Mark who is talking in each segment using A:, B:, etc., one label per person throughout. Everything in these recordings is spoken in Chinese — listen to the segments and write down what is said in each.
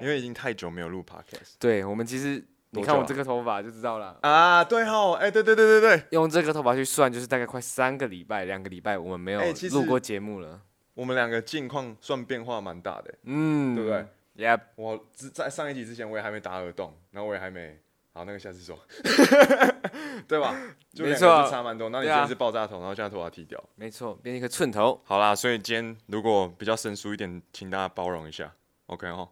A: 因为已经太久没有录 podcast
B: 对我们其实你
A: 多
B: 看
A: 久
B: 我
A: 啊
B: 这个头发就知道了，
A: 啊，对哦，哎、对对对对对，
B: 用这个头发去算，就是大概快三个礼拜、两个礼拜，我们没有
A: 哎其实
B: 录过节目了。
A: 我们两个近况算变化蛮大的、
B: 嗯，
A: 对不对
B: ？Yep，
A: 我之在上一集之前，我也还没打耳洞，然后我也还没，好，那个下次 说，对吧？就
B: 没
A: 两
B: 错
A: 个就差蛮多。那你
B: 对
A: 现
B: 啊
A: 在是爆炸头，然后现在头发剃掉。
B: 没错，变一个寸头。
A: 好啦，所以今天如果比较生疏一点，请大家包容一下，OK 哦。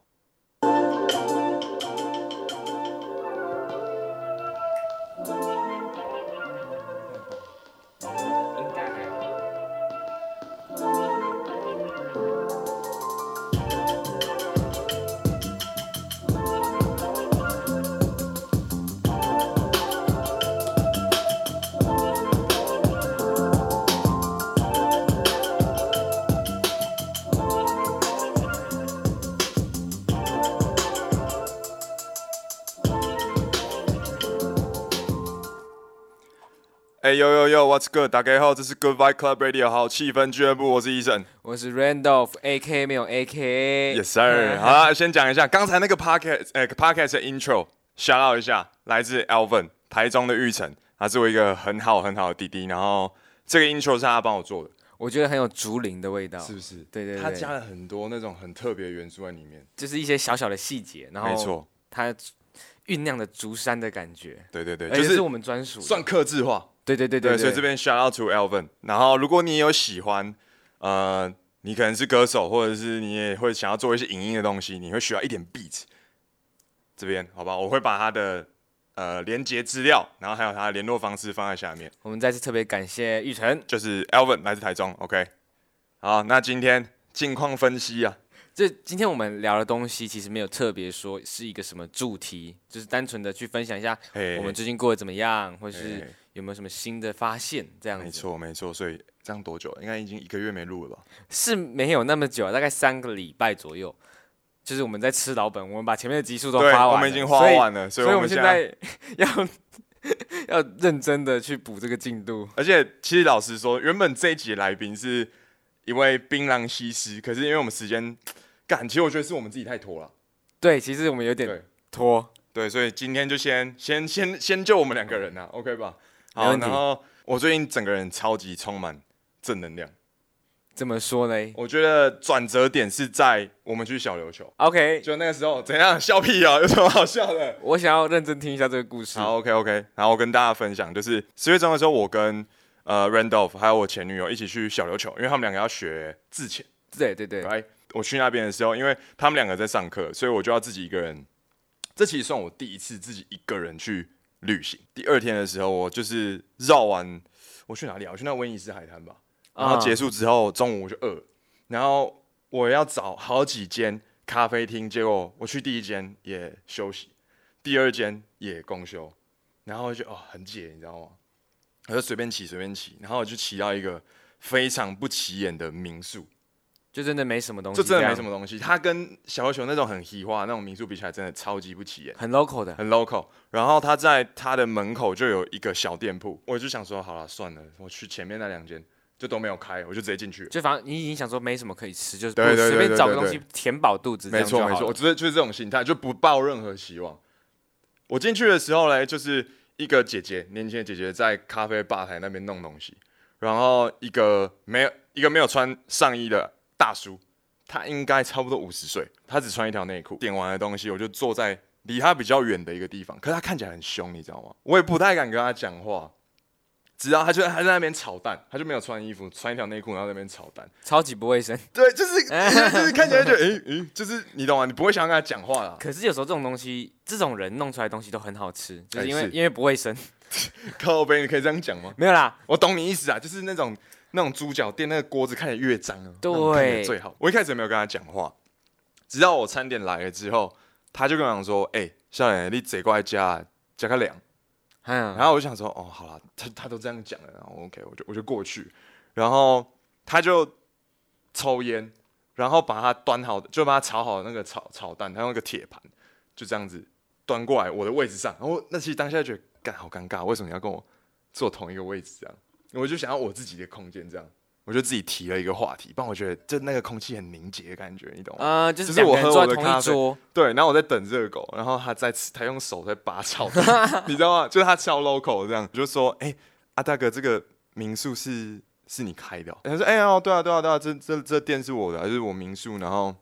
B: 应该还好。
A: 哎呦呦呦，What's good？打开后，这是 Good Vibe Club Radio 好气氛俱乐部，我是医生。
B: 我是 Randolph，A.K. 没有 A.K.
A: Yes sir，好 啦，先讲一下刚才那个 podcast，呃，podcast 的 intro，shout out 一下，来自 Alvin，台中的玉成，他是我一个很好很好的弟弟，然后这个 intro 是他帮我做的，
B: 我觉得很有竹林的味道，
A: 是不是？
B: 对对对
A: 他加了很多那种很特别的元素在里面，
B: 就是一些小小的细节，然后
A: 没，错，
B: 它酝酿的竹山的感觉，
A: 对对对，
B: 而
A: 就
B: 且
A: 哎是
B: 是我们专属的，
A: 算克制化，
B: 对对对
A: 对，
B: 对，
A: 所以这边 shout out to Alvin，然后如果你有喜欢，呃，你可能是歌手，或者是你也会想要做一些影音的东西，你会需要一点 beat，这边好吧，我会把他的呃连接资料，然后还有他的联络方式放在下面，
B: 我们再次特别感谢玉成，
A: 就是 Alvin 来自台中，OK，好，那今天近况分析啊，
B: 这今天我们聊的东西其实没有特别说是一个什么主题，就是单纯的去分享一下
A: 嘿
B: 我们最近过得怎么样，或
A: 嘿
B: 是
A: 嘿
B: 有没有什么新的发现这样子。
A: 没，错没错，所以这样多久？应该已经一个月没录了吧？
B: 是没有那么久，啊大概三个礼拜左右。就是我们在吃老本，我们把前面的集数都
A: 对，
B: 花完了，
A: 我们已经花
B: 所以
A: 完了，所以
B: 所以
A: 我
B: 我
A: 们
B: 们现
A: 在
B: 在要 要认真的去补这个进度。
A: 而且其实老实说，原本这一集的来宾是一位槟榔西施，可是因为我们时间赶，其实我觉得是我们自己太拖了。
B: 对，其实我们有点
A: 对
B: 拖，
A: 对，所以今天就先先先先就我们两个人呐、o k 吧？
B: 没
A: 好，
B: 问题
A: 然后我最近整个人超级充满正能量，
B: 怎么说呢
A: 我觉得转折点是在我们去小琉球，
B: ？OK，
A: 就那个时候怎样笑屁啊、有 什么好笑的？
B: 我想要认真听一下这个故事。
A: 好，OK OK，然后我跟大家分享，就是十月中的时候，我跟呃 Randolph 还有我前女友一起去小琉球，因为他们两个要学自潜。
B: 对对对，
A: right？我去那边的时候，因为他们两个在上课，所以我就要自己一个人。这其实算我第一次自己一个人去旅行。第二天的时候，我就是绕完，我去哪里啊？我去那威尼斯海滩吧。然后结
B: 束，
A: 束之后，中午我就饿了，然后我要找好几间咖啡厅，结果我去第一间也休息，第二间也公休，然后我就哦很解，你知道吗？我就随便骑随便骑，然后我就骑到一个非常不起眼的民宿。
B: 就真的没什么东西，
A: 就真的没什
B: 么，
A: 么东西。它跟小琉球那种很稀化那种民宿比起来，真的超级不起眼，
B: 很 local 的。
A: 很 local。然后它在它的门口就有一个小店铺，我就想说，好了，算了，我去前面那两间就都没有开，我就直接进去了。
B: 就反正你已经想说没什么可以吃，就是
A: 对对对
B: 随便
A: 对
B: 找
A: 对
B: 个东
A: 对
B: 西填饱肚子这
A: 没
B: 样就
A: 错
B: 好了。
A: 没错，我就是就是这种心态，就不抱任何希望。我进去的时候呢，就是一个姐姐，年轻的姐姐在咖啡吧台那边弄东西，然后一个没有一个没有穿上衣的大叔，他应该差不多五十岁，他只穿一条内裤。点完的东西，我就坐在离他比较远的一个地方，可是他看起来很凶，你知道吗？我也不太敢跟他讲话。直到他就他在那边炒蛋，他就没有穿衣服，穿一条内裤，然后在那边炒蛋。
B: 超级不卫生。
A: 对，就是就是看起来就诶诶、就是你懂吗？你不会想要跟他讲话啦。
B: 可是有时候这种东西，这种人弄出来的东西都很好吃，就是
A: 哎
B: 因为、
A: 是
B: 因为不 卫生。
A: 靠背，你可以这样讲吗？
B: 没有啦，
A: 我懂你意思啊，就是那种那种猪脚店那个锅子看起来越脏啊，
B: 对
A: 那种看起来最好。我一开始也没有跟他讲话，直到我餐点来了之后，他就跟我讲说：“哎、少年，你这过来加加个凉。”
B: 嗯，
A: 然后我就想说，哦，好啦，他他都这样讲了，然后 OK，我就我就过去，然后他就抽烟，然后把他端好的，就把他炒好的那个炒炒蛋，他用一个铁盘就这样子端过来我的位置上，然后那其实当下就觉得，干好尴尬，为什么你要跟我坐同一个位置这样？我就想要我自己的空间这样，我就自己提了一个话题，不然我觉得就那个空气很凝结的感觉，你懂吗？
B: 啊，就是
A: 就是我
B: 两个
A: 喝
B: 人坐
A: 我的
B: 在同
A: 咖
B: 一
A: 啡
B: 桌，
A: 对，然后我在等热狗，然后他在吃，他用手在拔草，你知道吗？就是他敲 local 这样，我就说，哎、啊大哥，这个民宿是是你开的哦、他说，哎、哦，对啊，对啊，对啊，这这这店是我的啊，就是我民宿，然后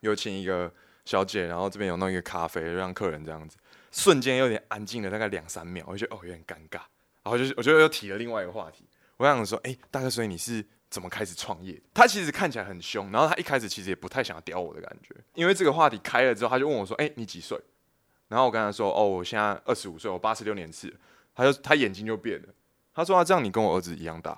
A: 有请一个小姐，然后这边有弄一个咖啡让客人这样子，瞬间有点安静了大概两三秒，我就觉得哦有点尴尬，然后就是我就又提了另外一个话题，我想说，哎、大哥，所以你是怎么开始创业？他其实看起来很凶，然后他一开始其实也不太想要屌我的感觉，因为这个话题开了之后，他就问我说，哎、你几岁？然后我跟他说，哦，我现在二十五岁，我八十六年次。他就他眼睛就变了，他说啊，这样你跟我儿子一样大，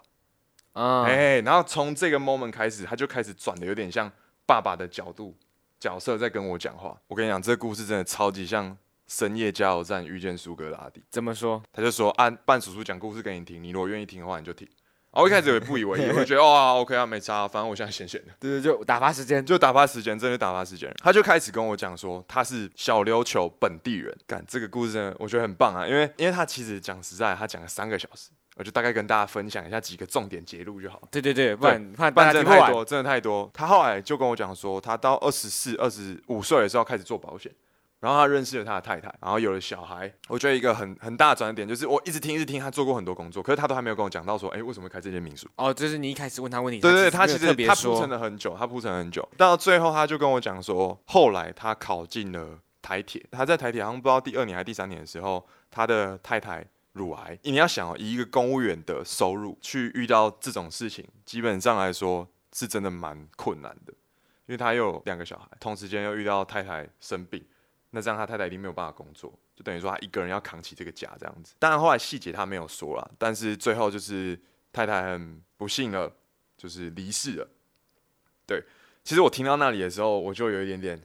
B: 啊，
A: 哎、然后从这个 moment 开始，他就开始转的有点像爸爸的角度角色在跟我讲话。我跟你讲，这个故事真的超级像深夜加油站遇见苏格拉底。
B: 怎么说？
A: 他就说啊，半叔叔讲故事给你听，你如果愿意听的话，你就听。然后我一开始也不以为意，我就觉得哇、o k 啊，没差啊，反正我现在闲闲的，
B: 对对，就打发时间。
A: 就打发时间，真的打发时间。他就开始跟我讲说，他是小琉球本地人。干这个故事，真的我觉得很棒啊，因为因为他其实讲实在，他讲了三个小时，我就大概跟大家分享一下几个重点节录就好了。
B: 对对对，不然怕
A: 不然
B: 大家
A: 真
B: 听
A: 的太
B: 不完。
A: 多，真的太多。他后来就跟我讲说，他到二十四、二十五岁的时候开始做保险，然后他认识了他的太太，然后有了小孩。我觉得一个很很大的转折点就是，我一直听一直听，他做过很多工作，可是他都还没有跟我讲到说，哎、为什么会开这间民宿？
B: 哦，就是你一开始问他问题，
A: 对对，
B: 他
A: 他其
B: 没有特
A: 实
B: 别
A: 他铺
B: 说
A: 陈了很久，他铺陈了很久，到最后他就跟我讲说，后来他考进了台铁，他在台铁好像不知道第二年还是第三年的时候，他的太太乳癌。你要想哦，以一个公务员的收入去遇到这种事情，基本上来说是真的蛮困难的，因为他又有两个小孩，同时间又遇到太太生病，那这样他太太一定没有办法工作，就等于说他一个人要扛起这个家这样子。当然后来细节他没有说啦，但是最后就是太太很不幸了，就是离世了。对，其实我听到那里的时候，我就有一点点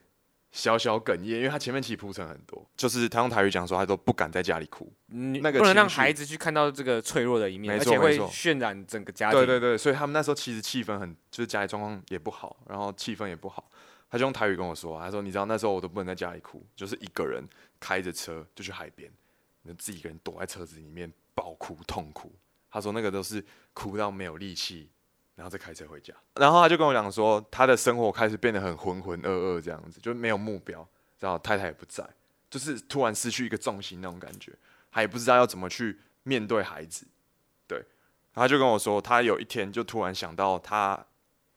A: 小小哽咽，因为他前面其实铺陈很多，就是他用台语讲说，他都不敢在家里哭。
B: 你
A: 那个
B: 不能让
A: 情绪
B: 孩子去看到这个脆弱的一面，
A: 没
B: 而
A: 错
B: 且会
A: 没错
B: 渲染整个家庭。
A: 对对对，所以他们那时候其实气氛很，就是家里状况也不好，然后气氛也不好。他就用台语跟我说，啊他说：“你知道那时候我都不能在家里哭，就是一个人开着车就去海边，你自己一个人躲在车子里面爆哭痛哭。”他说那个都是哭到没有力气，然后再开车回家。然后他就跟我讲说，他的生活开始变得很浑浑噩噩这样子，就没有目标，然后太太也不在，就是突然失去一个重心那种感觉，他也不知道要怎么去面对孩子。对，然后他就跟我说，他有一天就突然想到他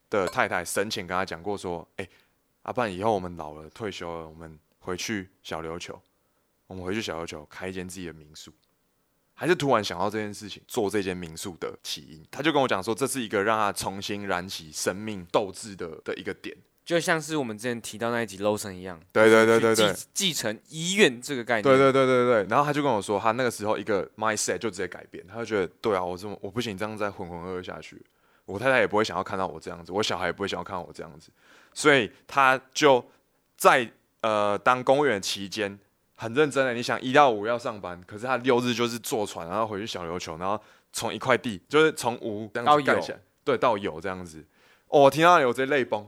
A: 的太太生前跟他讲过说，哎、阿爸，以后我们老了退休了，我们回去小琉球，我们回去小琉球开一间自己的民宿。还是突然想到这件事情，做这间民宿的起因，他就跟我讲说，这是一个让他重新燃起生命斗志的的一个点。
B: 就像是我们之前提到那一集 Lawson 一样，
A: 对对对
B: 去
A: 对对
B: 继继承遗愿这个概念。
A: 对对对对对。然后他就跟我说，他那个时候一个 mindset 就直接改变，他就觉得，对啊，我这么我不行，这样再浑浑噩噩下去，我太太也不会想要看到我这样子，我小孩也不会想要看到我这样子，所以他就在呃当公务员期间。很认真的，你想一到五要上班，可是他六日就是坐船，然后回去小琉球，然后从一块地就是从无这样
B: 到
A: 子盖
B: 有
A: 起来，对，到有这样子。哦，我听到那里我直接泪崩，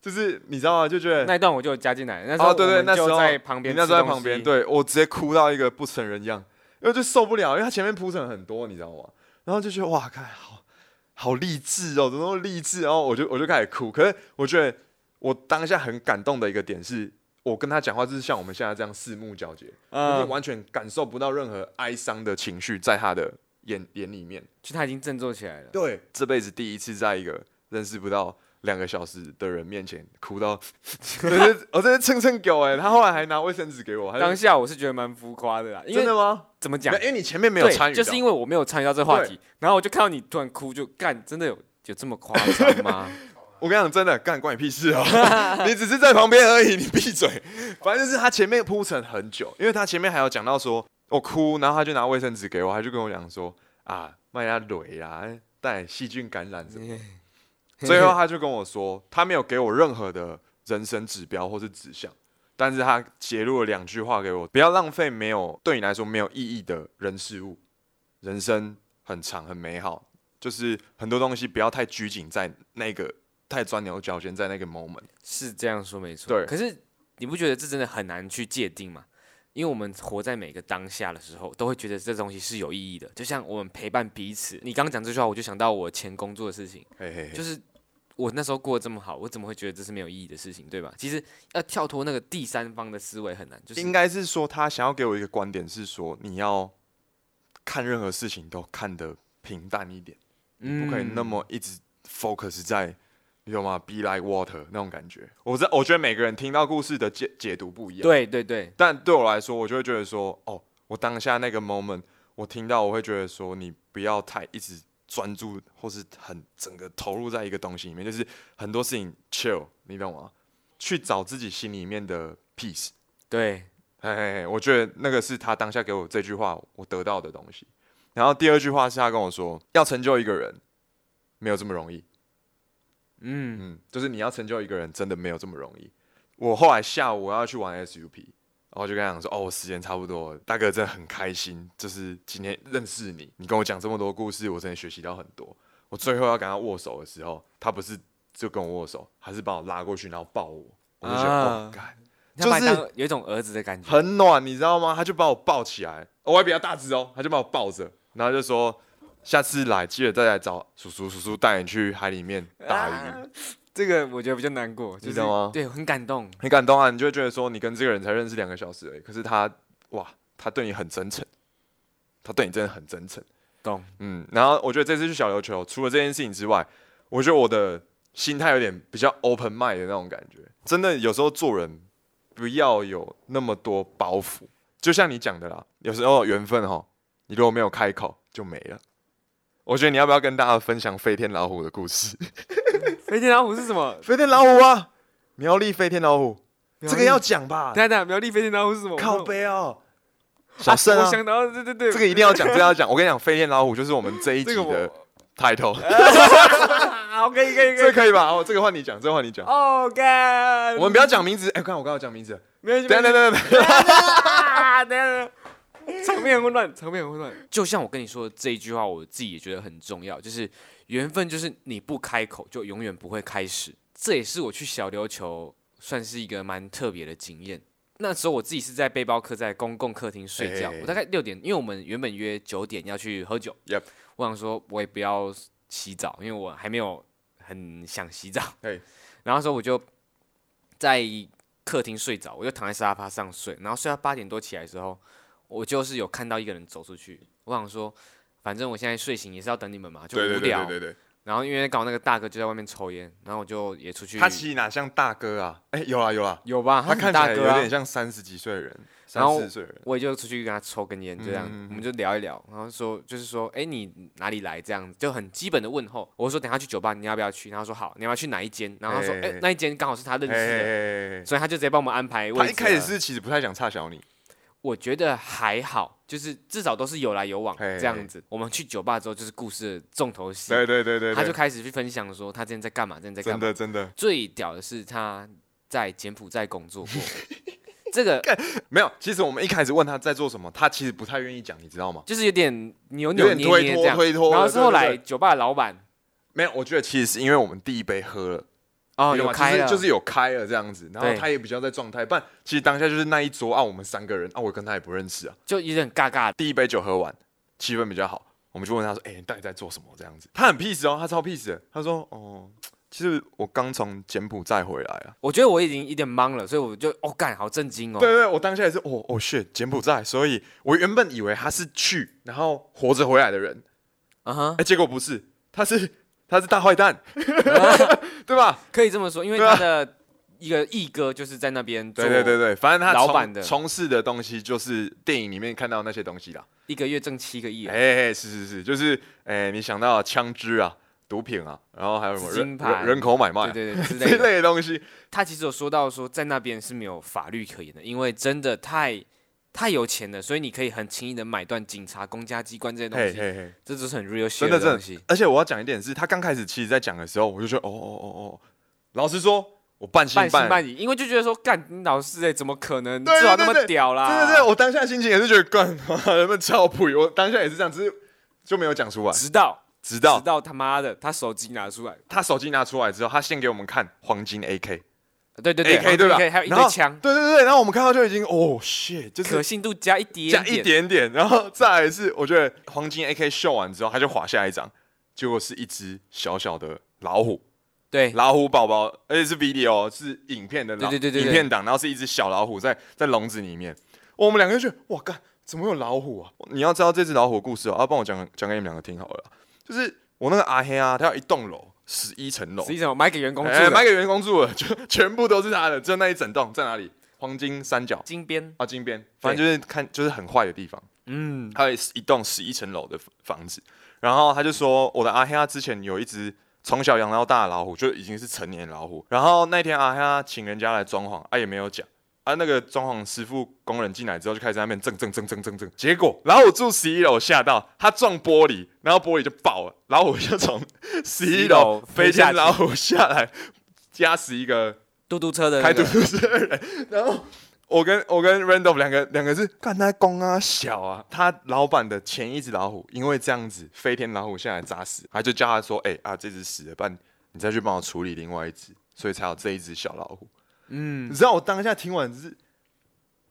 A: 就是你知道吗？就觉 得
B: 那一段我就加进来。那时
A: 哦，
B: 候
A: 对
B: 我
A: 对，
B: 们
A: 那时
B: 就
A: 候
B: 在旁边，
A: 你那时候在旁边，。对我直接哭到一个不成人样，因为就受不了，因为他前面铺陈很多，你知道吗？然后就觉得哇，看好好励志哦，怎么那么励志？然后我就我就开始哭，可是我觉得我当下很感动的一个点是。我跟他讲话就是像我们现在这样四目交接，我就
B: 嗯，
A: 完全感受不到任何哀伤的情绪在他的眼眼里面。
B: 就他已经振作起来了。
A: 对，这辈子第一次在一个认识不到两个小时的人面前哭到， 我真的我真的蹭蹭狗哎、他后来还拿卫生纸给我，还
B: 当下我是觉得蛮浮夸的啦，因
A: 真的
B: 为
A: 吗？
B: 怎么讲
A: 没有，因为你前面没有
B: 对，
A: 参与到，
B: 就是因为我没有参与到这话题，然后我就看到你突然哭，就干，真的有有这么夸张吗？
A: 我跟你讲，真的干关你屁事啊！ 你只是在旁边而已，你闭嘴。反正就是他前面铺陈很久，因为他前面还有讲到说我哭，然后他就拿卫生纸给我，他就跟我讲说啊，卖家蕊啊，带细菌感染什么。最后他就跟我说，他没有给我任何的人生指标或是指向，但是他揭露了两句话给我：不要浪费没有对你来说没有意义的人事物，人生很长很美好，就是很多东西不要太拘谨在那个太钻牛角尖在那个 moment。
B: 是这样说没错。
A: 对
B: 可是你不觉得这真的很难去界定吗？因为我们活在每个当下的时候，都会觉得这东西是有意义的。就像我们陪伴彼此，你刚刚讲这句话，我就想到我前工作的事情，
A: 嘿嘿嘿，
B: 就是我那时候过得这么好，我怎么会觉得这是没有意义的事情，对吧？其实要跳脱那个第三方的思维很难，就是
A: 应该是说他想要给我一个观点是说，你要看任何事情都看得平淡一点，你不可以那
B: 嗯
A: 么一直 focus 在。你懂吗？Be like water 那种感觉，我在我觉得每个人听到故事的解解读不一样。
B: 对对对，
A: 但对我来说，我就会觉得说，哦，我当下那个 moment，我听到我会觉得说，你不要太一直专注，或是很整个投入在一个东西里面，就是很多事情 chill，你懂吗？去找自己心里面的 peace。
B: 对，
A: 嘿嘿嘿，我觉得那个是他当下给我这句话我得到的东西。然后第二句话是他跟我说，要成就一个人没有这么容易。
B: 嗯，
A: 嗯，就是你要成就一个人，真的没有这么容易。我后来下午我要去玩 SUP，然后就跟他讲说，哦，我时间差不多了，大哥真的很开心，就是今天认识你，你跟我讲这么多故事，我真的学习到很多。我最后要跟他握手的时候，他不是就跟我握手，他是把我拉过去，然后抱我，我就觉得，
B: 啊
A: 哦，干，
B: 他把你
A: 就是
B: 当有一种儿子的感觉，
A: 很暖，你知道吗？他就把我抱起来，哦我还比较大只哦，他就把我抱着，然后就说，下次来记得再来找叔叔，叔叔带你去海里面打鱼。
B: 啊这个我觉得比较难过，就是
A: 懂吗
B: 对，很感动，
A: 很感动啊！你就会觉得说，你跟这个人才认识两个小时而已，可是他哇，他对你很真诚，他对你真的很真诚。
B: 懂，
A: 嗯，然后我觉得这次去小琉球，除了这件事情之外，我觉得我的心态有点比较 open mind 的那种感觉。真的，有时候做人不要有那么多包袱，就像你讲的啦，有时候缘分哈，你如果没有开口就没了。我觉得你要不要跟大家分享飞天老虎的故事？
B: 飞天老虎是什么？
A: 飞天老虎啊，苗栗飞天老虎，这个
B: 苗
A: 要
B: 栗
A: 讲吧？
B: 等一下等一下，苗栗飞天老虎是什么？
A: 靠
B: 啊
A: 背哦，小胜啊
B: 我，想到，对对对，
A: 这个一定要讲，这个要讲。我跟你讲，飞天老虎就是我们这一集
B: 这个
A: 的
B: 我
A: title，
B: 啊，可以可以
A: 这
B: 可
A: 个
B: 以
A: 可以吧？哦，这个换你讲，这个换你讲。
B: 哦，OK，
A: 我们不要讲名字，哎，看我刚刚有讲名字了，
B: 没有，
A: 等一下等一下等一下，
B: 啊，等一下等一下，场面很混乱，场面很混乱。就像我跟你说的这一句话，我自己也觉得很重要，就是缘分，就是你不开口，就永远不会开始。这也是我去小琉球算是一个蛮特别的经验。那时候我自己是在背包客在公共客厅睡觉，
A: 哎哎哎
B: 我大概六点，因为我们原本约九点要去喝酒
A: Yep
B: 我想说我也不要洗澡，因为我还没有很想洗澡。
A: 哎
B: 然后那时候我就在客厅睡着，我就躺在沙发上睡，然后睡到八点多起来的时候，我就是有看到一个人走出去，我想说，反正我现在睡醒也是要等你们嘛，就
A: 对对
B: 无
A: 对
B: 聊
A: 对。对对，
B: 然后因为刚好那个大哥就在外面抽烟，然后我就也出去。
A: 他其实哪像大哥啊？哎，有啦有啦，
B: 有吧？
A: 他看
B: 很
A: 起
B: 大
A: 来
B: 哥、
A: 有
B: 啊、
A: 点像三十几岁的人，
B: 然
A: 三
B: 后
A: 四岁的人。
B: 我也就出去跟他抽根烟，就这样，
A: 嗯嗯嗯
B: 我们就聊一聊，然后说就是说，哎、你哪里来？这样子就很基本的问候。我说等下去酒吧，你要不要去？然后说好，你要不要去哪一间？然后他说，哎、
A: 哎
B: 那一间刚好是他认识
A: 哎
B: 的，
A: 哎，哎哎
B: 所以他就直接帮我们安排位置啊
A: 他
B: 了。
A: 一开始是其实不太想差小你，
B: 我觉得还好，就是至少都是有来有往
A: 嘿
B: 这样子。我们去酒吧之后，就是故事的重头戏，
A: 对对对对，对
B: 他就开始去分享说他之前在干嘛，之前在干
A: 真
B: 嘛。
A: 的真的
B: 最屌的是他在柬埔寨 工作过，这个
A: 没有。其实我们一开始问他在做什么，他其实不太愿意讲，你知道吗？
B: 就是有点扭
A: 有
B: 扭
A: 点
B: 捏
A: 推
B: 捏
A: 脱
B: 这样。
A: 推脱的
B: 然后是后
A: 对
B: 来
A: 对
B: 酒吧的老板
A: 没有，我觉得其实是因为我们第一杯喝了。
B: 哦
A: 你懂
B: 有
A: 吗
B: 开了，
A: 就是就是有开了这样子，然后
B: 对
A: 他也比较在状态，不然其实当下就是那一桌啊，我们三个人啊，我跟他也不认识啊。
B: 就有点尬尬的。
A: 第一杯酒喝完，气氛比较好，我们就问他说：“哎、你到底在做什么？”这样子，他很 peace 哦，他超 peace 的，他说：“哦，其实我刚从柬埔寨回来啊。
B: 我觉得我已经有点懵了，所以我就哦干好震惊”哦
A: 对。对，我当下也是，哦哦 shit，柬埔寨，所以我原本以为他是去然后活着回来的人，
B: 啊哈
A: 哎、，结果不是，他是他是大坏蛋， 对吧？
B: 可以这么说，因为
A: 对啊
B: 他的一个义哥就是在那边做
A: 对对对对，反正他
B: 老
A: 从
B: 板的
A: 从事的东西就是电影里面看到那些东西啦。
B: 一个月挣七个亿啊，
A: 哎哎，是是是，就是哎、你想到枪支啊、毒品啊，然后还有什么
B: 资金
A: 人
B: 盘
A: 人人口买卖、
B: 对
A: 啊、
B: 对对之类
A: 这
B: 的。
A: 类的东西，
B: 他其实有说到说，在那边是没有法律可言的，因为真的太太有钱了，所以你可以很轻易的买断警察、公家机关这些东
A: 嘿
B: 西，
A: 嘿嘿，
B: 这就是很 real shit
A: 真的
B: 东
A: 真
B: 西
A: 的。。而且我要讲一点是，他刚开始其实在讲的时候，我就觉得哦哦哦哦，老实说，我半信
B: 半信
A: 疑。
B: 半疑，因为就觉得说，干你老师哎、怎么可能？
A: 对对
B: 最好那
A: 对
B: 么
A: 对
B: 屌啦！
A: 对对对，我当下心情也是觉得，干妈他们超不我当下也是这样，只是就没有讲出来。
B: 直到
A: 直
B: 直
A: 到
B: 到他妈的，他手机拿出来，
A: 他手机拿出来之后，他先给我们看黄金 AK，
B: 对对对
A: AK 哎对吧？
B: 还有
A: 然
B: 一堆
A: 后
B: 枪，
A: 对对对，然后我们看到就已经哦 shit，就
B: 可
A: 是
B: 信度加一点，
A: 加一，点点，然后再来是我觉得黄金 AK 秀完之后，他就滑下一张，结果是一只小小的老虎，
B: 对，
A: 老虎宝宝，而且是 video 哦是影片的老，
B: 对对对对对
A: 影片档，然后是一只小老虎在在笼子里面，我们两个就觉得哇干，怎么有老虎啊？你要知道这只老虎的故事哦，啊，帮我讲讲给你们两个听好了啦，就是我那个阿黑啊，他有一栋楼，十一层楼
B: 实，际上我买给员工住
A: 哎，
B: 的，
A: 卖给员工住了，就全部都是他的，就那一整栋在哪里？黄金三角
B: 金边，
A: 啊，金边，反正就是看就是很坏的地方。
B: 嗯，
A: 他有一栋十一层楼的房子，然后他就说，我的阿黑他之前有一只从小养到大的老虎，就已经是成年老虎。然后那天阿黑他请人家来装潢，啊也没有讲，啊那个装潢师傅工人进来之后就开始在那边蹭蹭蹭蹭蹭蹭，结果老虎住十一楼，吓到他撞玻璃，然后玻璃就爆了，老虎就从十一楼
B: 11楼
A: 飞
B: 飞下
A: 天
B: 去
A: 老虎下来，夹死一个
B: 嘟嘟车的那
A: 开
B: 个
A: 赌注的人，然后我跟我跟 Randolph 两个两个是看他公啊小啊，他老板的前一只老虎因为这样子飞天老虎下来砸死，他就叫他说，哎、啊这只死了，不然你再去帮我处理另外一只，所以才有这一只小老虎。
B: 嗯
A: 你，知道我当下听完是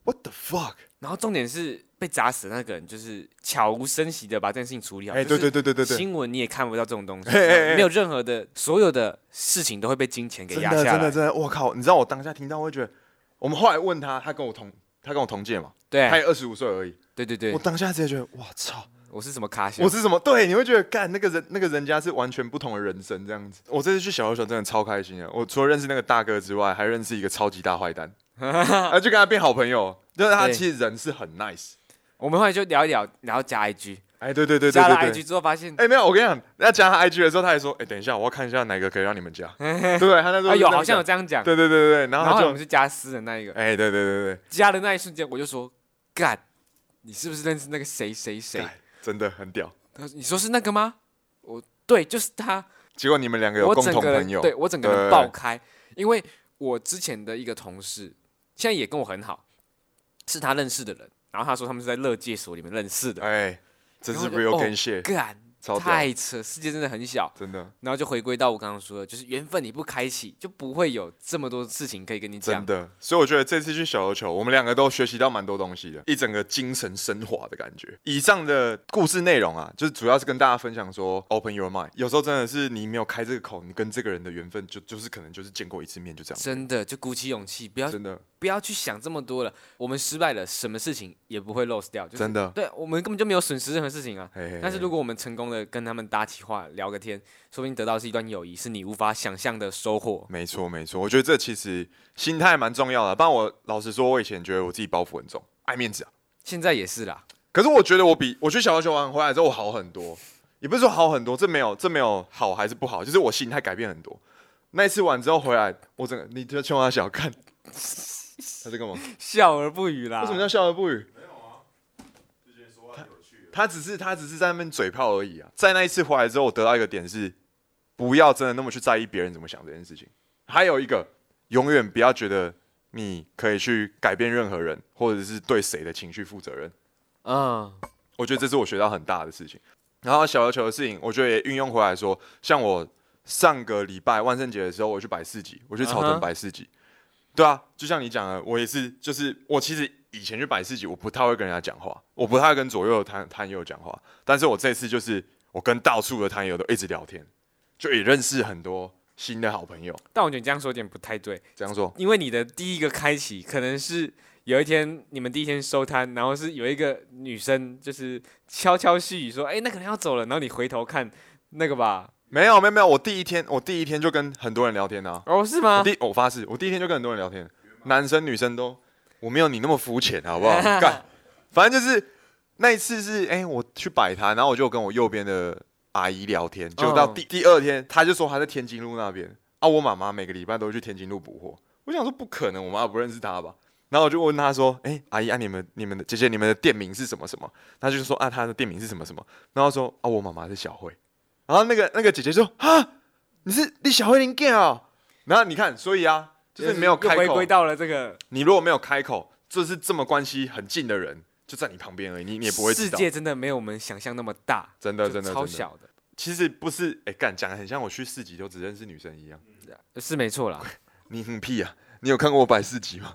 A: What the fuck？
B: 然后重点是被砸死的那个人，就是悄无声息的把这件事情处理好。
A: 哎、
B: 就
A: 对
B: 是
A: 对对对对对，
B: 新闻你也看不到这种东西，
A: 嘿嘿嘿
B: 没有任何的，所有的事情都会被金钱给
A: 真
B: 压
A: 的
B: 下
A: 真的
B: 来。
A: 真的，我靠！你知道我当下听到会觉得，我们后来问他，他跟我同他跟我同届嘛，他
B: 对
A: 也二十五岁而已，
B: 对对哎对
A: 我，当下直接觉得，哇操！
B: 我是什么卡西？
A: 我是什么？对，你会觉得干那个人，那个人家是完全不同的人生这样子。我这次去小琉球真的超开心啊！我除了认识那个大哥之外，还认识一个超级大坏蛋， 然后就跟他变好朋友。就是他
B: 对
A: 其实人是很 nice。
B: 我们后来就聊一聊，然后加 IG，
A: 哎，对对对对
B: 加了
A: 对对
B: IG。之后发现
A: 哎、没有，我跟你讲，要加他 IG 的时候，他还说：“哎、等一下，我要看一下哪个可以让你们 加。”对，他那时候
B: 啊
A: 就
B: 有
A: 这样
B: 好像有
A: 讲
B: 这样讲，
A: 对对对对，然
B: 然
A: 后
B: 后
A: 他
B: 我
A: 就
B: 们是加私的那一个，
A: 哎、对对对对
B: 加的那一瞬间我就说干，你是不是认识那个谁谁谁
A: 对，？干真的很屌。
B: 他说你说是那个吗？我对，就是他。
A: 结果你们两个有
B: 我
A: 共
B: 整
A: 同
B: 个
A: 朋
B: 人
A: 友，
B: 对我整个
A: 对
B: 人爆开，因为我之前的一个同事，现在也跟我很好，是他认识的人，然后他说他们是在乐界所里面认识的，
A: 哎，真是
B: 然后就
A: real
B: 哦
A: g a n shit，、
B: 干、
A: 超屌，
B: 太扯，世界真的很小。
A: 真的
B: 然后就回归到我刚刚说的，就是缘分你不开启，就不会有这么多事情可以跟你
A: 真
B: 讲。
A: 的，所以我觉得这次去小琉球，我们两个都学习到蛮多东西的，一整个精神升华的感觉。以上的故事内容啊，就是主要是跟大家分享说，open your mind。有时候真的是你没有开这个口，你跟这个人的缘分就就是可能就是见过一次面，就这样，
B: 真的，就鼓起勇气，不要
A: 真的
B: 不要去想这么多了。我们失败了，什么事情也不会 lose 掉，就是
A: 真的。
B: 对我们根本就没有损失任何事情啊。
A: 嘿嘿嘿
B: 但是如果我们成功的跟他们搭起话聊个天，说不定得到是一段友谊，是你无法想象的收获。
A: 没错没错，我觉得这其实心态蛮重要的。不然我老实说，我以前觉得我自己包袱很重，爱面子啊。
B: 现在也是啦，
A: 可是我觉得我比我去小琉球玩回来之后，我好很多，也不是说好很多，这没有这没有好还是不好，就是我心态改变很多。那一次玩之后回来，我整个你就冲他小 看，他在干嘛？
B: 笑而不语啦。
A: 为什么叫笑而不语？啊没有啊，他只是他只是在那边嘴炮而已啊。在那一次回来之后，我得到一个点是，不要真的那么去在意别人怎么想这件事情。还有一个，永远不要觉得你可以去改变任何人，或者是对谁的情绪负责任。
B: 嗯，
A: 我觉得这是我学到很大的事情。然后小琉球的事情，我觉得也运用回来说，像我上个礼拜万圣节的时候，我去摆市集，我去草
B: 嗯
A: 屯
B: 哼
A: 摆市集。对啊，就像你讲的，我也是，就是我其实以前去摆市集，我不太会跟人家讲话，我不太会跟左右的摊摊友讲话。但是我这次就是我跟到处的摊友都一直聊天，就也认识很多新的好朋友。
B: 但我觉得你这样说有点不太对，
A: 这样说，
B: 因为你的第一个开启可能是有一天你们第一天收摊，然后是有一个女生就是悄悄细语说：“哎、那个人要走了。”然后你回头看那个吧，
A: 没有没有没有，我第一天我第一天就跟很多人聊天啊，
B: 哦，是
A: 我
B: 吗？
A: 第我发誓，我第一天就跟很多人聊天，男生女生都，我没有你那么肤浅，好不好？干，反正就是那一次是，哎、我去摆摊，然后我就跟我右边的阿姨聊天，就到第、第二天，她就说她在天津路那边啊，我妈妈每个礼拜都会去天津路补货，我想说不可能，我妈不认识她吧。然后我就问她说：“哎、阿姨啊，你们、你们的姐姐、你们的店名是什么什么？”她就说：“啊，她的店名是什么什么。”然后说：“啊，我妈妈是小慧。”然后那个那个姐姐说：“啊，你是你小慧你 g 哦。”然后你看，所以啊，就是没有
B: 又
A: 开
B: 回
A: 口
B: 归，到了这个
A: 你如果没有开口，就是这么关系很近的人就在你旁边而已，你你也不会知
B: 世
A: 道。
B: 界真的没有我们想象那么大，
A: 真的
B: 就
A: 真的
B: 超
A: 真的
B: 小的。
A: 其实不是，哎、干讲的很像我去市集就只认识女生一样，
B: 是没错啦，
A: 你很屁啊！你有看过我百事集吗？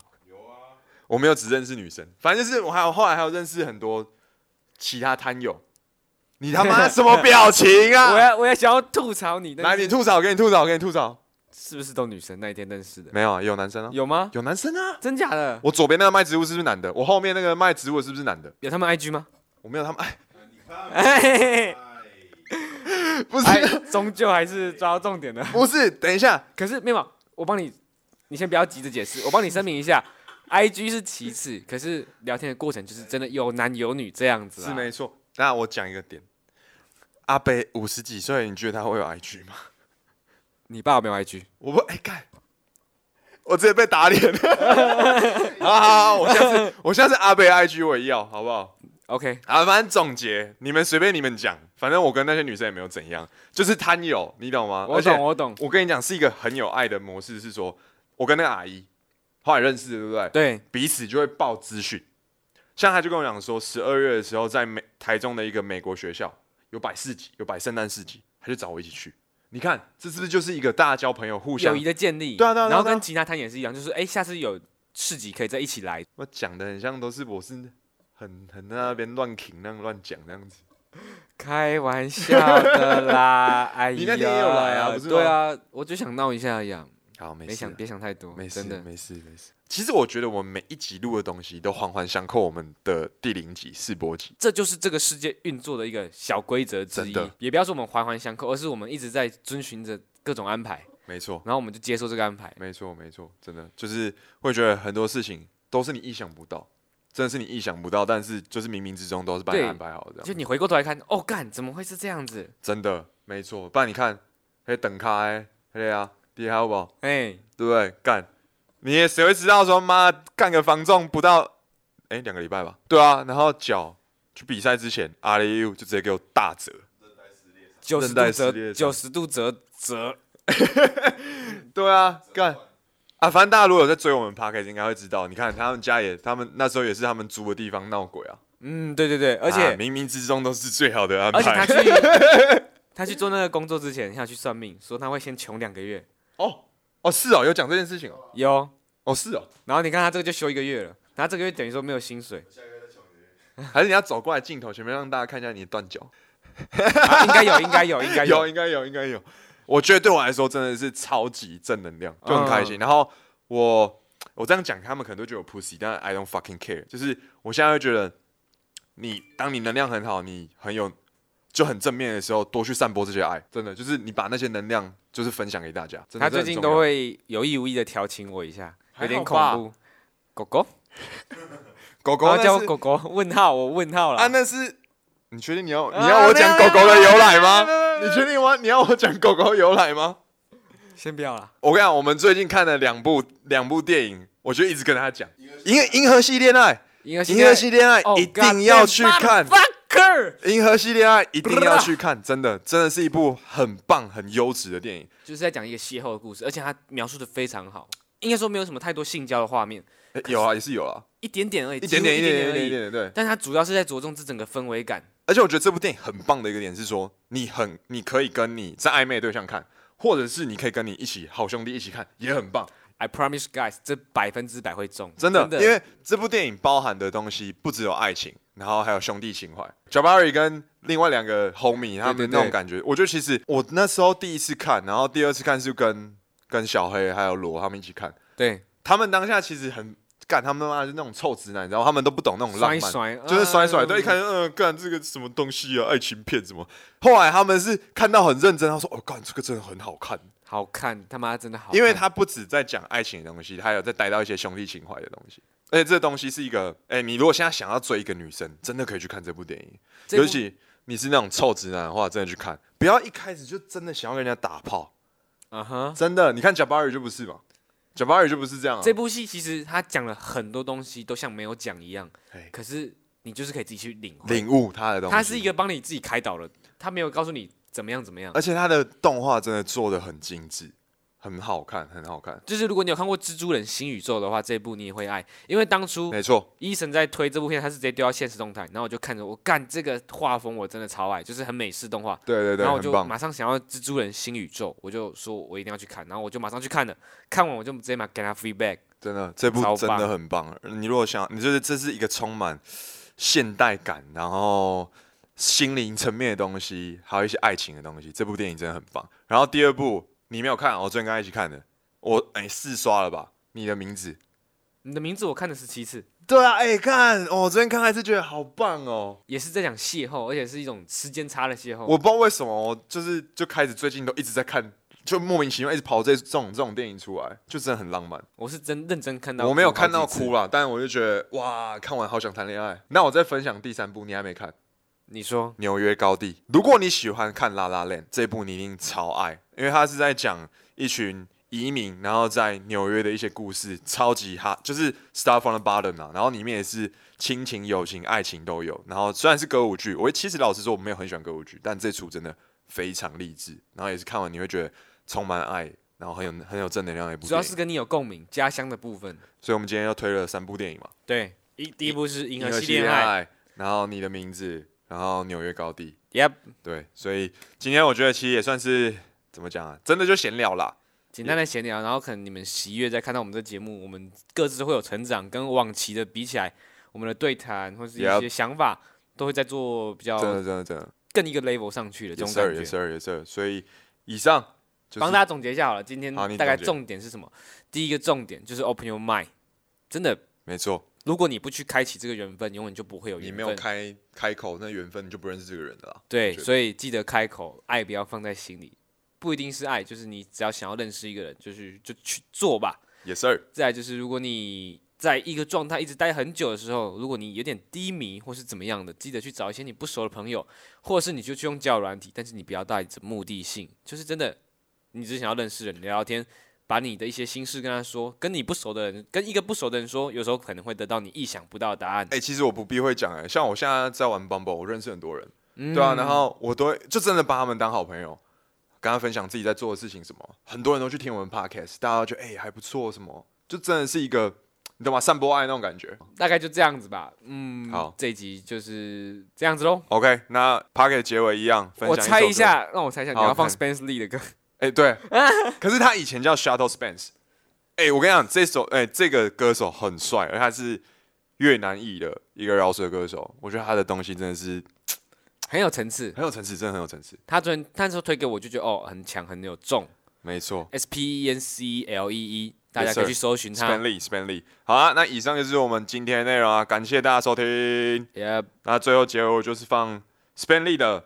A: 我没有只认识女生，反正就是我还有后来还有认识很多其他摊友。你他妈什么表情
B: 我
A: 啊？
B: 要我要想要吐槽你，
A: 来，
B: 但
A: 你
B: 是
A: 吐槽，给你吐槽，给你吐槽。
B: 是不是都女生那一天认识的？
A: 没有啊，也有男生啊，
B: 有吗？
A: 有男生啊。
B: 真假的？
A: 我左边那个卖植物是不是男的？我后面那个卖植物的是不是男的？
B: 有他们 IG 吗？
A: 我没有他们，哎，
B: 哎，
A: 不是，
B: 终究还是抓到重点的。
A: 不是，等一下，
B: 可是没有，我帮你，你先不要急着解释，我帮你声明一下，IG 是其次，可是聊天的过程就是真的有男有女这样子、啊。
A: 是没错。那我讲一个点，阿北五十几岁，你觉得他会有 IG 吗？
B: 你爸有没有 IG？
A: 我不，哎、干，我直接被打脸 了。好好好，我下次我下次阿北 IG 我也要，好不好？
B: OK，
A: 啊，反正总结，你们随便你们讲，反正我跟那些女生也没有怎样，就是摊友，你懂吗？
B: 我
A: 而且
B: 懂，我懂。
A: 我跟你讲，是一个很有爱的模式，是说我跟那个阿姨后来认识的，对不对？
B: 对，
A: 彼此就会报资讯。像他就跟我讲说，十二月的时候在美台中的一个美国学校有摆市集，有摆圣诞市集，他就找我一起去。你看，这是不是就是一个大家交朋友、互
B: 友
A: 相
B: 谊？的建立，
A: 对啊对啊对啊
B: 然后
A: 对啊
B: 跟其他摊也是一样，就是哎、下次有市集可以再一起来。
A: 我讲的很像都是我是很很在那边乱挺那样乱讲那样子。
B: 开玩笑的 啦，哎呀，
A: 你那天也有来啊不是吗
B: 对啊，我就想闹一下一样，
A: 好，没
B: 没
A: 事
B: 想
A: 啊，
B: 别想太多，
A: 没事，
B: 真的。
A: 没事，没事。其实我觉得我们每一集录的东西都环环相扣，我们的第零集试播集。
B: 这就是这个世界运作的一个小规则之
A: 真
B: 一
A: 的，
B: 也不要说我们环环相扣，而是我们一直在遵循着各种安排，
A: 没错，
B: 然后我们就接受这个安排。
A: 没错，没错，真的就是会觉得很多事情都是你意想不到，真的是你意想不到，但是就是冥冥之中都是帮你
B: 对
A: 安排好的，
B: 就你回过头来看，哦，干，怎么会是这样子？
A: 真的没错。不然你看，嘿，等咖哎，对啊，厉害不？
B: 哎、
A: 对不对？干，你也谁会知道说妈干个防重不到，哎，两个礼拜吧？对啊，然后脚去比赛之前，R U 就直接给我大折，
B: 九十
A: 韧带
B: 度
A: 撕裂
B: 折，
A: 伤
B: 九十度折折，
A: 对啊，干啊！反正大家如果有在追我们 p a r k 应该会知道，你看他们家也，他们那时候也是他们租的地方闹鬼啊。
B: 嗯，对对对，而且、
A: 啊冥冥之中都是最好的安排。
B: 而且他去 他去做那个工作之前，他有去算命，说他会先穷两个月，
A: 哦哦是哦，有讲这件事情哦
B: 有。
A: 哦是哦，
B: 然后你看他这个就休一个月了，然后这个月等于说没有薪水，
A: 还是你要走过来镜头前面让大家看一下你的断脚？
B: 啊应该有，应该有，应该
A: 有
B: 有。
A: 应该有应该有，我觉得对我来说真的是超级正能量，
B: 嗯
A: 就很开心。然后我我这样讲，他们可能都觉得我 pussy，但 I don't fucking care。就是我现在会觉得你，当你能量很好，你很有就很正面的时候，多去散播这些爱，真的就是你把那些能量就是分享给大家。真的
B: 他最近都。会有意无意的调情我一下，有点恐
A: 还好
B: 怖。狗狗，
A: 这很重要狗狗
B: 然后叫
A: 那
B: 我
A: 是
B: 狗狗，问号，我问号
A: 啊，
B: 了。
A: 那是你确定你要
B: 啊
A: 你要我讲狗狗的由来
B: 没有没
A: 吗？
B: 有没有没有
A: 你确定吗？你要我讲狗狗的由来吗？
B: 先不要了，
A: 我跟你讲，我们最近看了两部两部电影，我就一直跟他讲《银银河系恋爱
B: 银河》，
A: 《
B: 系
A: 银河系恋爱 Oh，
B: 哦》
A: 一定要去
B: Oh
A: 看，《
B: ，fucker，
A: 银河系恋爱》一定要去看，真的真的是一部很棒很优质的电影。
B: 就是在讲一个邂逅的故事，而且他描述的非常好，应该说没有什么太多性交的画面，
A: 诶有啊，也是有啊，
B: 一点点而已，
A: 一点
B: 几乎
A: 点一点点一点
B: 而已。
A: 点对。
B: 但他主要是在着重这整个氛围感，
A: 而且我觉得这部电影很棒的一个点是说，你很你可以跟你在暧昧的对象看，或者是你可以跟你一起好兄弟一起看，也很棒。
B: I promise guys，这百分之百会中，
A: 真的，因为这部电影包含的东西不只有爱情，然后还有兄弟情怀。Jabari 跟另外两个 homie 他
B: 对
A: 们
B: 对
A: 那种感觉，我觉得其实我那时候第一次看，然后第二次看是跟跟小黑还有罗他们一起看，
B: 对
A: 他们当下其实很干，他们妈的是那种臭直男，然后他们都不懂那种浪
B: 甩
A: 漫，
B: 一甩
A: 就是甩一甩，
B: 嗯
A: 对，一看，嗯，干这个什么东西啊，爱情片什么。后来他们是看到很认真，他说，哦，干这个真的很好看，
B: 好看，他妈真的好看，
A: 因为他不止在讲爱情的东西，他有在带到一些兄弟情怀的东西。而且这东西是一个，哎、你如果现在想要追一个女生，真的可以去看这部电影。
B: 这部
A: 尤其你是那种臭直男的话，真的去看，不要一开始就真的想要跟人家打炮。
B: 啊哈，
A: 真的，你看 Jabari 就不是嘛，Jabari 就不是这样、啊
B: 这。部戏其实他讲了很多东西，都像没有讲一样
A: 嘿，
B: 可是你就是可以自己去领会，
A: 领悟他的东西，
B: 他是一个帮你自己开导了，他没有告诉你怎么样怎么样，
A: 而且他的动画真的做的很精致，很好看，很好看。
B: 就是如果你有看过《蜘蛛人：新宇宙》的话，这一部你也会爱，因为当初
A: 没错，
B: 伊森在推这部片，他是直接丢到现实动态，然后我就看着我干这个画风，我真的超爱，就是很美式动画。
A: 对对对，
B: 然后我
A: 很
B: 就
A: 棒。
B: 马上想要《蜘蛛人：新宇宙》，我就说我一定要去看，然后我就马上去看了，看完我就直接买给他 feedback。
A: 真的，这部
B: 超
A: 真的
B: 棒
A: 很棒。你如果想，你就是这是一个充满现代感，然后心灵层面的东西，还有一些爱情的东西。这部电影真的很棒。然后第二部你没有看，哦我昨天跟他一起看的，我哎四刷了吧？你的名字？
B: 你的名字我看了十七次，
A: 对啊，哎看，我昨天看还是觉得好棒哦。
B: 也是在讲邂逅，而且是一种时间差的邂逅。
A: 我不知道为什么，我就是就开始最近都一直在看，就莫名其妙一直跑这这种这种电影出来，就真的很浪漫。
B: 我是真认真看到，
A: 我没有看到哭。啦，但我就觉得哇，看完好想谈恋爱。那我再分享第三部，你还没看《
B: 你说
A: 纽约高地》。如果你喜欢看《拉拉链》这部，你一定超爱，因为它是在讲一群移民，然后在纽约的一些故事，超级哈，就是 Start from the bottom 啊。然后里面也是亲情、友情、爱情都有。然后虽然是歌舞剧，我其实老实说我没有很喜欢歌舞剧，但这出真的非常励志，然后也是看完你会觉得充满爱，然后很有很有正能量的一部
B: 主
A: 电
B: 要
A: 影。
B: 是跟你有共鸣，家乡的部分。
A: 所以我们今天要推了三部电影嘛。
B: 对，一第一部是《银
A: 银
B: 河
A: 河
B: 系
A: 系啊
B: 恋
A: 恋
B: 爱》
A: 爱，然后你的名字，然后纽约高地，
B: ，Yep，
A: 对，所以今天我觉得其实也算是怎么讲啊，真的就闲聊啦，
B: 简单的闲聊，然后可能你们十一月再看到我们这节目，我们各自会有成长，跟往期的比起来，我们的对谈或是一
A: Yep
B: 些想法都会在做比较
A: 真的真的真的，
B: 更一个 level 上去的这
A: 哦也
B: 种
A: 是
B: 感
A: 也
B: 觉。
A: 是也是，所以以上就是
B: 帮大家总结一下好了，今天
A: 好你
B: 大概
A: 总结
B: 重点是什么？第一个重点就是 open your mind，真的，
A: 没错，
B: 如果你不去开启这个缘分，永远就不会有
A: 你
B: 缘
A: 没有
B: 分。
A: 开开口，那缘分你就不认识这个人了啦，
B: 对，
A: 觉得
B: 所以记得开口，爱不要放在心里，不一定是爱，就是你只要想要认识一个人，就是就去做吧。
A: 也是，
B: 再来就是，如果你在一个状态一直待很久的时候，如果你有点低迷或是怎么样的，记得去找一些你不熟的朋友，或者是你就去用交友软体，但是你不要带着目的性，就是真的，你只是想要认识人聊聊天，把你的一些心事跟他说，跟你不熟的人，跟一个不熟的人说，有时候可能会得到你意想不到的答案。
A: 哎、其实我不避讳讲，哎，像我现在在玩 Bumble，我认识很多人，
B: 嗯
A: 对啊，然后我都会就真的把他们当好朋友。跟他分享自己在做的事情什么，很多人都去听我们 podcast，大家都觉得哎、还不错什么，就真的是一个你懂吗？散播爱那种感觉。
B: 大概就这样子吧，嗯，
A: 好
B: 这一集就是这样子喽。
A: OK，那 Pocket 结尾一样分享
B: 我猜
A: 首
B: 一下，让我猜一下，你
A: 好
B: 要放
A: 看
B: Spence Lee 的歌，
A: 歌，哎、对，可是他以前叫 Shadow Spence，哎、我跟你讲，这首哎、这个歌手很帅，而他是越南裔的一个饶舌歌手，我觉得他的东西真的是
B: 很有层次。
A: 很有层次，真的很有层次，
B: 他昨天那时候推给我，就觉得哦，很强，很有重。
A: 没错。
B: S P E N C L E E，大家可以
A: sir
B: 去搜寻
A: Span
B: 他。
A: Lee Span Lee，好啊，那以上就是我们今天的内容啊，感谢大家收听。
B: 也，
A: 那最后结尾我就是放 Span Lee 的《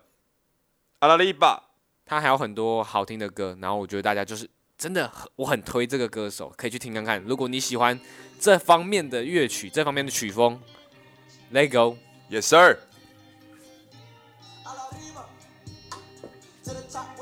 A: 阿拉利巴》，
B: 他还有很多好听的歌，然后我觉得大家就是真的很，我很推这个歌手，可以去听看看。如果你喜欢这方面的乐曲，这方面的曲风，Let Go。
A: Yes sir。
C: Alariba to the top.